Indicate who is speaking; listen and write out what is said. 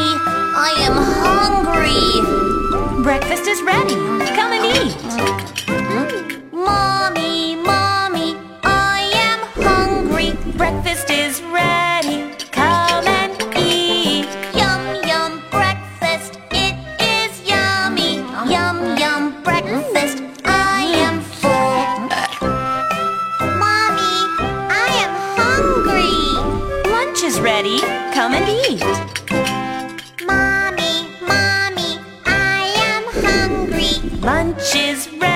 Speaker 1: I am hungry.
Speaker 2: Breakfast is ready. Come and eat.
Speaker 1: Mommy, mommy, I am hungry.
Speaker 2: Breakfast is ready. Come and eat.
Speaker 1: Yum, yum, breakfast. It is yummy. Yum, yum, breakfast. I am full. Mommy, I am hungry.
Speaker 2: Lunch is ready. Come and eat.
Speaker 1: Mommy, mommy, I am hungry.
Speaker 2: Lunch is ready.